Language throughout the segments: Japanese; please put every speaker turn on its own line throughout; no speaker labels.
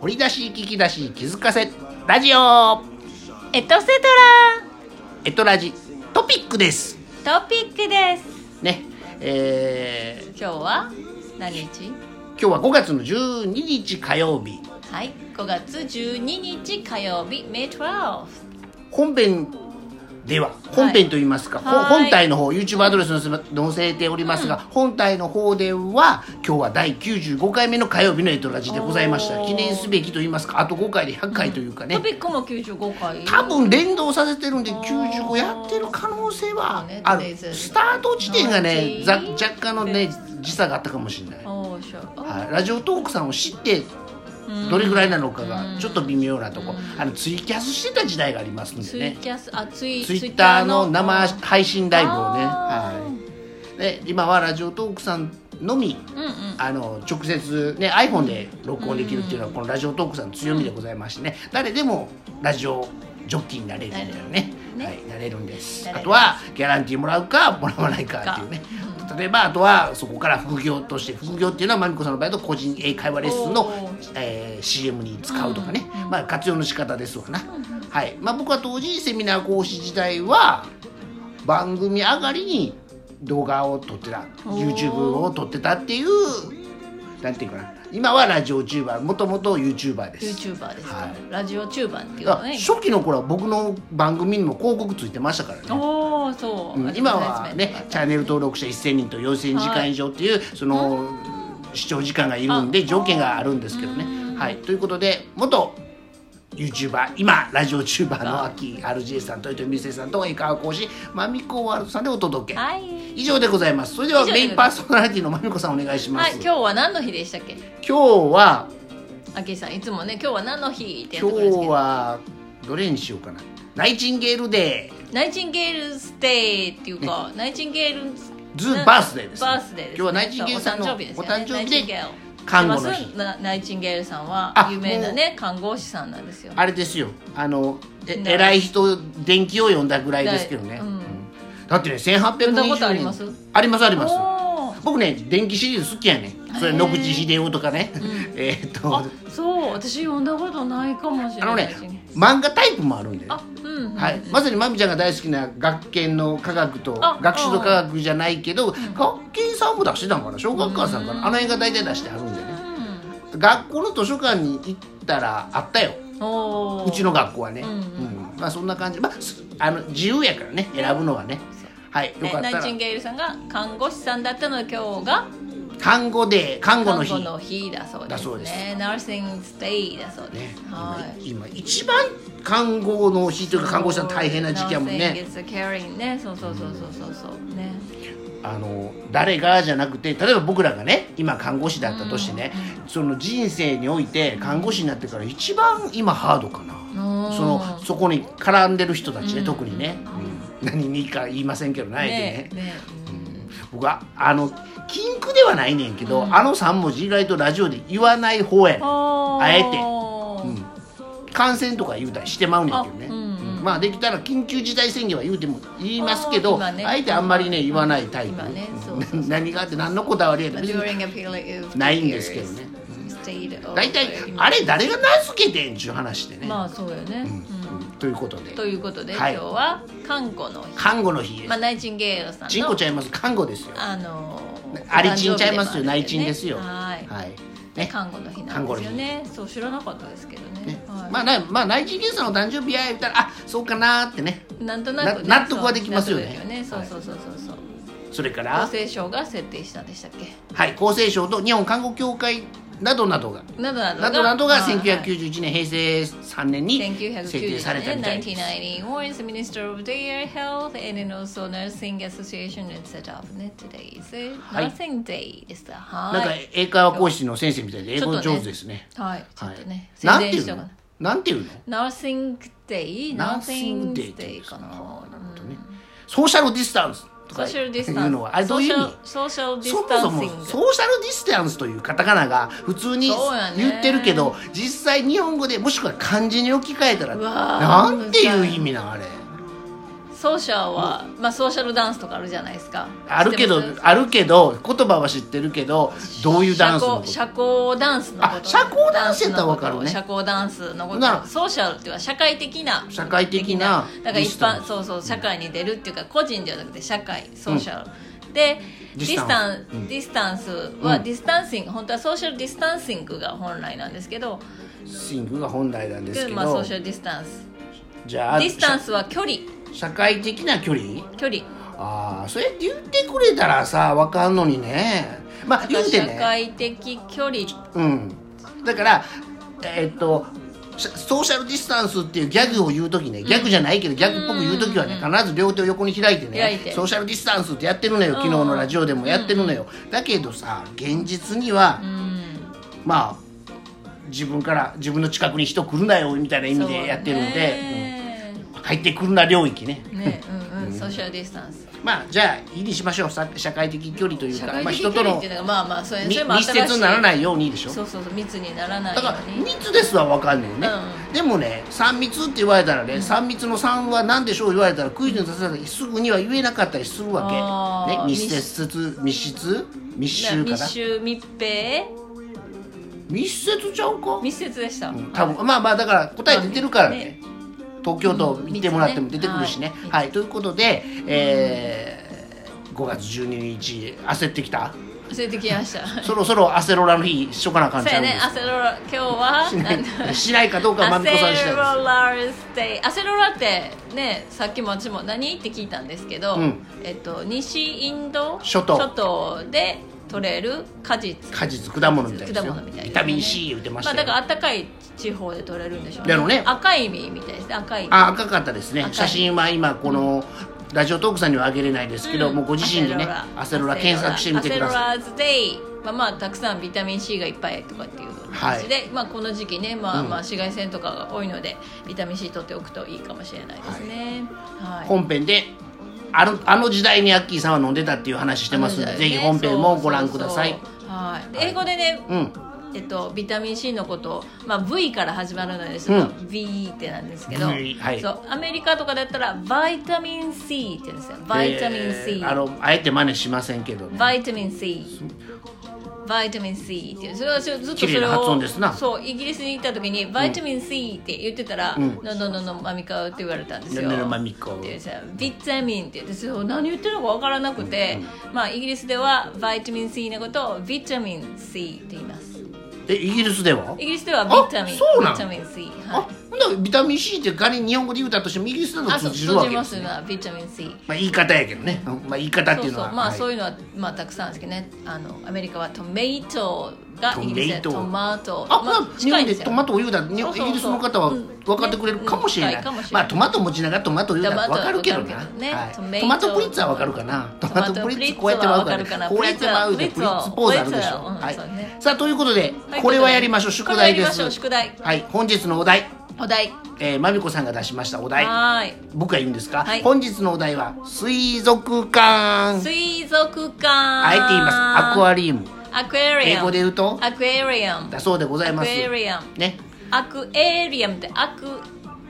掘り出し聞き出し気づかせラジオ
エトセ
エトラジトピックです
トラトピックです
ねえー、
今日は何日
今日は5月の12日火曜日
はい5月12日火曜日 May12
本編では本編といいますか、
はい
ほ本体の方 YouTube アドレスの載せておりますが、本体の方では今日は第95回目の火曜日のエトラジでございました
おー
記念すべきといいますかあと5回で100回というかね、
トピックも95回
多分連動させてるんで95やってる可能性はあるスタート時点がねざ若干のね時差があったかもしれない、
おーしょ
はい、ラジオトークさんを知って
うん
どれぐらいなのかが
うん
ちょっと微妙なとこあのツイキャスしてた時代がありますん
ツ
で
イ
ね
キャスあツイ
ツイッターの
う
生
ん
配信ライブをね、
あー
はい、で今はラジオトークさんのみ
うんうん
あの直接、ね、iPhone で録音できるっていうのはこのラジオトークさんの強みでございましてね誰でもラジオジョッキーになれるんだよね
な
は
れ
い、なれるんです
なれ
あ
る
とはギャランティーもらうかもらわないかっていうね例えばあとはそこから副業として副業っていうのはまみこさんの場合だと個人英会話レッスンの
お、
えー CM に使うとかね、まあ、活用の仕方ですわな、はいまあ、僕は当時セミナー講師時代は番組上がりに動画を撮ってた
お
YouTube を撮ってたっていうなんていうかな今はラジオチューバーもともと YouTuber です
YouTuber ですか、
はい
ラジオチューバーっていう
だ
の
から
ね
初期の頃は僕の番組にも広告ついてましたからね
おおそう、
うん
アド
今
バ
は
イスメ
ね
ントがあった
チャンネル登録者1000人と4000時間以上っていうその視聴時間がいるんで条件があるんですけどねはいということで元 YouTuber 今ラジオチューバーの秋 RJ さんと伊藤美生さんと江川講師まみこワールドさんでお届け
はい
以上でございますそれでは
以上でご
メ
ざいます
インパーソナリティのまみこさんお願いしま
はい、
す
今日は何の日でしたっけ
今日は
あけいさんいつもね今日は何の日ってや
今
ってくるんですけ
日
ど
はどれにしようかなナイチンゲールデー
ナイチンゲールステイっていうか、ナイチンゲールズ
ズーバースデーです、
バースデーです、ね、
今日はナイチンゲールさんのお
そう
誕生日
ですよねナ
で
イチンゲール
看護の日
知ってますなナイチンゲールさん
あ
は有名なね看護師さんなんですよ
あれですよあのえ
ね
偉い人電気を読んだぐらいですけどね、
だいうん
うんだってね1820年
読んだことあります
ありますあります
おー
僕ね電気シリーズ好きやねそれ
へー
野口英世とかね、 えーっと
あそう私読んだことないかもしれ
あ
ない
のね
ナイチンゲール
漫画タイプもあるんでね
あうん、うん、
はい、まさにまみちゃんが大好きな学研の科学と
あ
学習の科学じゃないけど学研さんも出してたんかな小学館さんかなあの辺が大体出してあるんでね学校の図書館に行ったらあったよ
うんおー
うちの学校はね、う
うんん
まあそんな感じ、まあ、すあの自由やからね選ぶのはねはいよ
ね
かった
ナイ
ら
チンゲールさんが看護師さんだったので今日が
看護で看護の日
看護の日だそうですね
だそうです
ナーシングステイだそうで
ね
す、は
今今一番看護の日という
い
か看護師さん大変な時期やもんね
Nursing is caring ねそうそうそうそうそうそうね
あの誰がじゃなくて例えば僕らがね今看護師だったとしてね、その人生において看護師になってから一番今ハードかな、
うん
そのそこに絡んでる人たちね、特にね、うん何にか言いませんけどないで
ねね
僕はあの禁句ではないねんけど、あの3文字意外とラジオで言わない方やねん
あ
あえて
うん
感染とか言うたりしてまうねんけどね、
あうん
まあできたら緊急事態宣言は言うても言いますけど
あー
あ,、
今ね
えてあんまりね言わないタイプ、
今ねそうそう
何があって何のこだわりやねん別に
During a period of
ないんですけどね
State of
大体あれ誰が名付けてんちゅう話でね、
まあそうよね、うん
ということで
ということで、
はい
今日は看護の日、
看護の日です、
まあ、ナイチンゲールさん
チン
の
コちゃいます看護ですよ
あの
ありちんちゃいますよ
お誕生日でもあるん
内賃ですよ
はい、
はいね
看護の日なんですよねそう知らなかったですけどね
ね
はい、
まあなまあ内地検査の誕生日や言ったらあそうかなーってね
なんとなく、
な納得はできますよね
そう納得できるよそうそうそうそうそう
それから
厚生省が設定したんでしたっけ
はい、厚生省と日本看護協会などなどが。
などなどが
などなどが
はい
1991年、平成3年に制定された
1990
みたい
年
です。
1990 Warren's Minister of the Year Health and then also Nursing Association and set up ね today is a
はい
Nursing Day ですは
なんか
い
英会話講師の先生みたいで英語上手ですね。
はいちょ
は
っとね
い。、なんて
宣
いう
伝しようか
の
な
なんていうの
Nursing Day
ナーシング
Nursing
デーっていうん
Day
です
か
か。
な
あーなるほどね。ソーシャルディスタンスと
ソ
か
ーシャ
い
ルディス
う
タンス
のは、あれどういう意味
ソーシャルディ
そ
ス
も
タ
そ
ンシ
も
ン
ソー
グ
シャルディスタンスというカタカナが普通に
そうやね
言ってるけど、実際日本語でもしくは漢字に置き換えたら
うわー
なんていう意味なんあれ
ソーシャルは、まあ、ソーシャルダンスとかあるじゃないですか
あるけど
知ってます
あるけど言葉は知ってるけどどういうダンスのこと
社交社交ダンスのこと
あ社交ダンスやったらわかるね
社交ダンスのこと
なら
ソーシャルっていうのは社会的な
社会的な
だから
ディ
一
スタンス
般そうそう社会に出るっていうか個人じゃなくて社会ソーシャル、でデ
デ
ィ
ィ
ス
ス
タ
タ
ン
ン
ス
スうん
ディスタンスは、
うん
ディスタンシング本当はソーシャルディスタンシングが本来なんですけど
シングが本来なんですけど、
まあ、ソーシャルディスタンス
じゃあ
ディスタンスは距離
社社会的な距離
距離
ああそれ言ってくれたらさ分かんのにねまあ言うて
社
ね
会的距離
うんだからえーっとシャソーシャルディスタンスっていうギャグを言う時ねギャグじゃないけどギャグっぽく言う時はね必ず両手を横に開いて
開い
ね
て
ソーシャルディスタンスってやってるのよ昨日のラジオでもやってるのよだけどさ現実には
うん
まあ自分から自分の近くに人来るなよみたいな意味でやってるん
そう
で、
ね
うん入ってくるな領域ね
ねうんうん、ソーシャルディスタンス
まあじゃあいいにしましょうさ社会的距離という
社
か、
会
まあ、
的
人
距
と
離っ
の
ていうのがまあまあそれ
み
それも新
密
しい
接にならないようにでしょ
そうそうそう密にならない
だ
よ
から
うに
密ですは分かんないよね、
う
でもね3密って言われたらね、三3密の3は何でしょう言われたらクイズにさせた時すぐには言えなかったりするわけ、
あー
ね、密接密室密集かな
密集密閉
密接ちゃうか
密接でした、
多分まあまあだから答え出てるからね東京都
うん
見てもらっても出てくるしね
見てね。
はい、ということで、えー5月12日焦ってきた
忘れてきました
そろそろアセロラの日しとかなあかん
そう
ちゃ
や
うんで
ねアセロラ今日は
す
なんだ
しないしないかどうかはまみこさん次
ア
第
セロ
です。
ラステイアセロラってねさっきも私も何って聞いたんですけど、
うん
えっと、西インド
諸島
で取れる果実
果実果物みたいです
果
よ
物みたいですね
ビタミン C 言ってまし
まあ、
た
だ
よ、
から暖かい地方で取れるんでしょう
だろうね
赤い実みたいですね赤い実
あ赤かったですね
赤い
写真は今この、ラジオトークさんにはあげれないですけど、
ん
もうご自身でねアセロラ検索してみてください
アセロラズデイまあまあたくさんビタミン C がいっぱいとかっていう感じで、まあこの時期ねまあまあ紫外線とかが多いのでビタミン C 取っておくといいかもしれないですねはい、
本編であのあの時代にアッキーさんは飲んでたっていう話してますので、ぜひ本編もご覧ください
そうそうそうはいで英語でね、
うん
えっと、ビタミン C のことを、まあ、V から始まるのですが、V ってなんですけど、
V はい
そうアメリカとかだったらバイタミン C って言うんですよバイタミン C、
えーあのあえて真似しませんけどね
バイタミン C バイタミン C っていうそれはずっとそ
綺
れ
麗な発
を
音ですな
そうイギリスに行った時にバイタミン C って言ってたら「
ん
ののののマミカウ」って言われたんですよ
のののマミカウ
ってさビタミンって言ってそう何言ってるのか分からなくて、まあイギリスではバイタミン C のことをビタミン C って言います
えイギリスでは
イギリスではビタミン
あそうなん
ビタミン C はい
あほんだらビタミン C って仮に日本語で言うたとしてもイギリスだと
あそう
通じるわけ
通じ
で
ますす
ね
なビタミン C
まあ言い方やけどね、うんまあ言い方って
そ
いううの
そう
は
まあ
はい
そういうのはまあたくさんあるんですけどねあのアメリカはトメイトが
トメ
イ
イト
ギリスでトマト
あ、
ま
まあ、日本でトマ
ト
トを言うだに
そうそうそう
イギリスの方は分かってくれるかもしれ
う
なんい、
かもしれない
まあトマト持ちながらトマト言うだら
トマ
分
ト
かるけどな
わかるけどね
はい
トメイ
ト
ト
マトプリッツは分かるかなトマトプリッツこうやって
わ
舞うからこうやって
舞
舞うでプリッツポーズあるでしょ、はいさあということで
はい
これはやりましょう宿題で
これやりましょう
す
宿題
はい本日のお題、
お題
えー、まみこさんが出しましたお題
はーい
僕が言うんですか、
はい
本日のお題は水族館
水族館あ
あえて言いますアクアリウム
アクエリアム
英語で言うと
アクエリアム
だそうでございます
アクエリアム
ね
アクエリアムってアク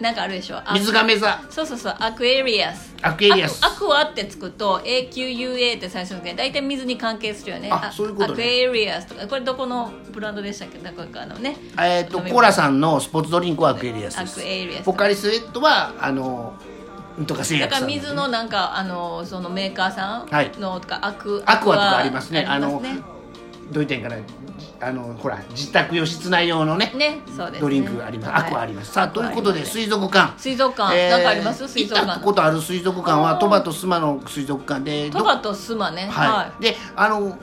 なんかあるでしょアク
水亀座
そうそうそうアクエリアス
アクエリアス
アクアクアってつくと AQUA って最初の時大体水に関係するよね
あそういうことね
アクエリアスとかこれどこのブランドでしたっけなんかあのね
えっとコーラさんのスポーツドリンクはアクエリアスで
ア
す
クエリアス
ポカリスエットはあのうんとか製
だ
薬さん
から
のね
水のなんかあのそのメーカーさ
はい
んのとかアク
アクアとかありますね
アクアありますね
どう言ったらいいんかなあのほら自宅用室内用のね
ねそうですね
ドリンクあります、
はい
アクアありますさあということで
水
水族館
水族館なんかあります水族
行っ
館
たことある水族館は
あー
鳥羽と須磨の水族館でど
トバとスマね
はい、であの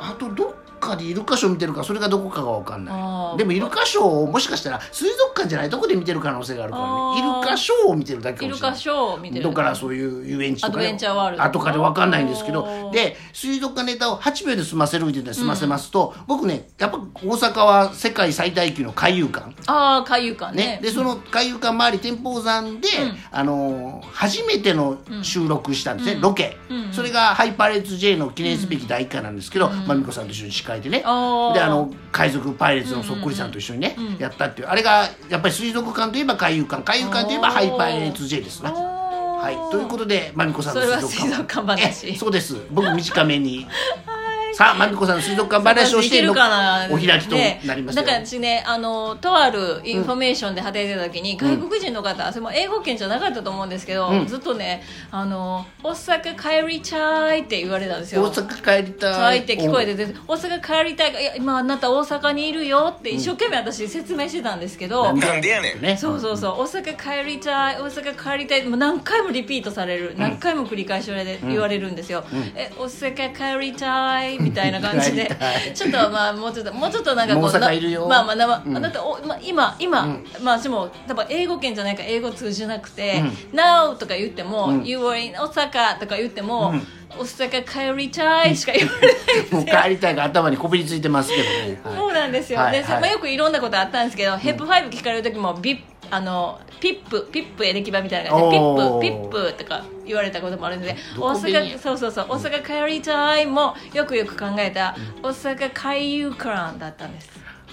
あとどっかでイルカショー見てるかそれがどこかがわかん
あ
な
ー
いでもイルカショーをもしかしたら水族館じゃないとこで見てる可能性があるからねイ
あー
ルカショーを見てるだけか
イ
も
ル
しれ
カ
ない
ショーを見てる
だからそういう遊園地とか、
アドベンチャーワールド
あとかでわかんないんですけ
お
ど
ー
で水族館ネタを8秒で済ませるっていうので済ませますと、僕ねやっぱ大阪は世界最大級の海遊館
ああ海遊館
ね
ね
でその海遊館周り天保山で、あのー初めての収録したんですね、ロケ、それがハイパレーツ J の記念すべき第一回なんですけど、まみこさんと一緒に司会でねであ
あー
の海賊パイレーツのそっくりさんと一緒にね、やったっていうあれがやっぱり水族館といえば海遊館海遊館といえばハイパレーツ J ですな
あ
はい、ということで、まみこさんの
それは
水族館
水族館話
えそうです。僕短め に。さあ、まみこさんの水族館話をしての
るかな
お開きとなりました
ねだから
よ。
私ねあのとあるインフォメーションで働いてた時に、外国人の方それも英語圏じゃなかったと思うんですけど、
うん
ずっとね「あの大阪帰りちゃい」って言われたんです
大
よ
阪帰りた。
はいいって聞こえてて大阪帰りたいからいや今あなた大阪にいるよって一生懸命私説明してたんですけど、
なんでやねん
お。ね。
そうそうそう大阪帰りたい大阪帰りたいもう何回もリピートされる何回も繰り返し言われ,、言われるんですよ、え大阪帰りたいみたいな感 じ
帰
で
りたい
ちょっとまあもうちょっともうちょっとなんかこう
もう大阪
ない
るよ
まあまあなま
うん
あなたお、まあ、今今、まあでも多分英語圏じゃないから英語通じなくて「Now」とか言っても「You were in 大阪」とか言っても「大阪帰りたい」しか言われない
もう帰りたいが頭にこびりついてますけどね。はい
そうなんですよ、
はい
で
はい
まあ、よくいろんなことあったんですけど、ヘップ5聞かれる時もビッあのピップピップエレキバみたいな感じでピ
おー
ップピップとか言われたこともあるので
ど
大
こで
阪そうそうそう大阪帰りたいもよくよく考えた大阪海遊館だったんです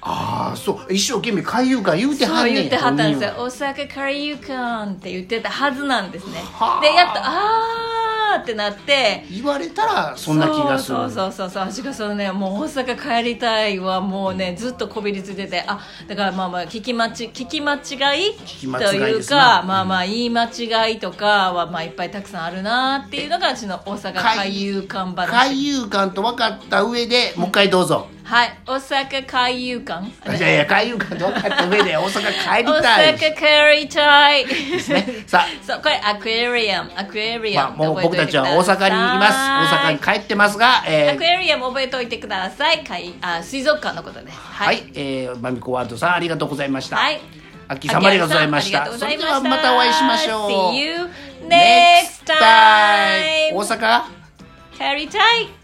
ああ、そう、一生懸命海遊館言うては
そ
んね
う
ん。
言ってはったんですよ
本人は。
大阪海遊館って言ってたはずなんですね
はあ
でやっとあーってなって
言われたら、そんな気がする。
そうそうそうそう私がそのねもう大阪帰りたいはもうねずっとこびりついててあだからまあまあ聞き間ち聞き間違い
き間違いですな
というかまあまあ言い間違いとかはまあいっぱいたくさんあるなっていうのがうちの大阪海遊館話
海遊館と分かった上で、もう一回どうぞ。
はい大阪海遊館
いやいや、海遊館と分かった上 で、大阪帰
大
りたい。
阪帰りたい
ね、さあ、
そうこれアクエリアムアクエリ
まあ、
アム
もう僕たちは大阪にいます。大阪に帰ってますが、え
ア
ー
クエリアム覚えておいてください海あ水族館のことです
はい、えー、まみこワールドさんありがとうございました。
はい。
あきさんありがとうございまし
あ
た。
りがとうご
そ
ざ
れ
いま
で
した
はまたお会いしましょう。
See you next time!
time 大阪
Carry tight!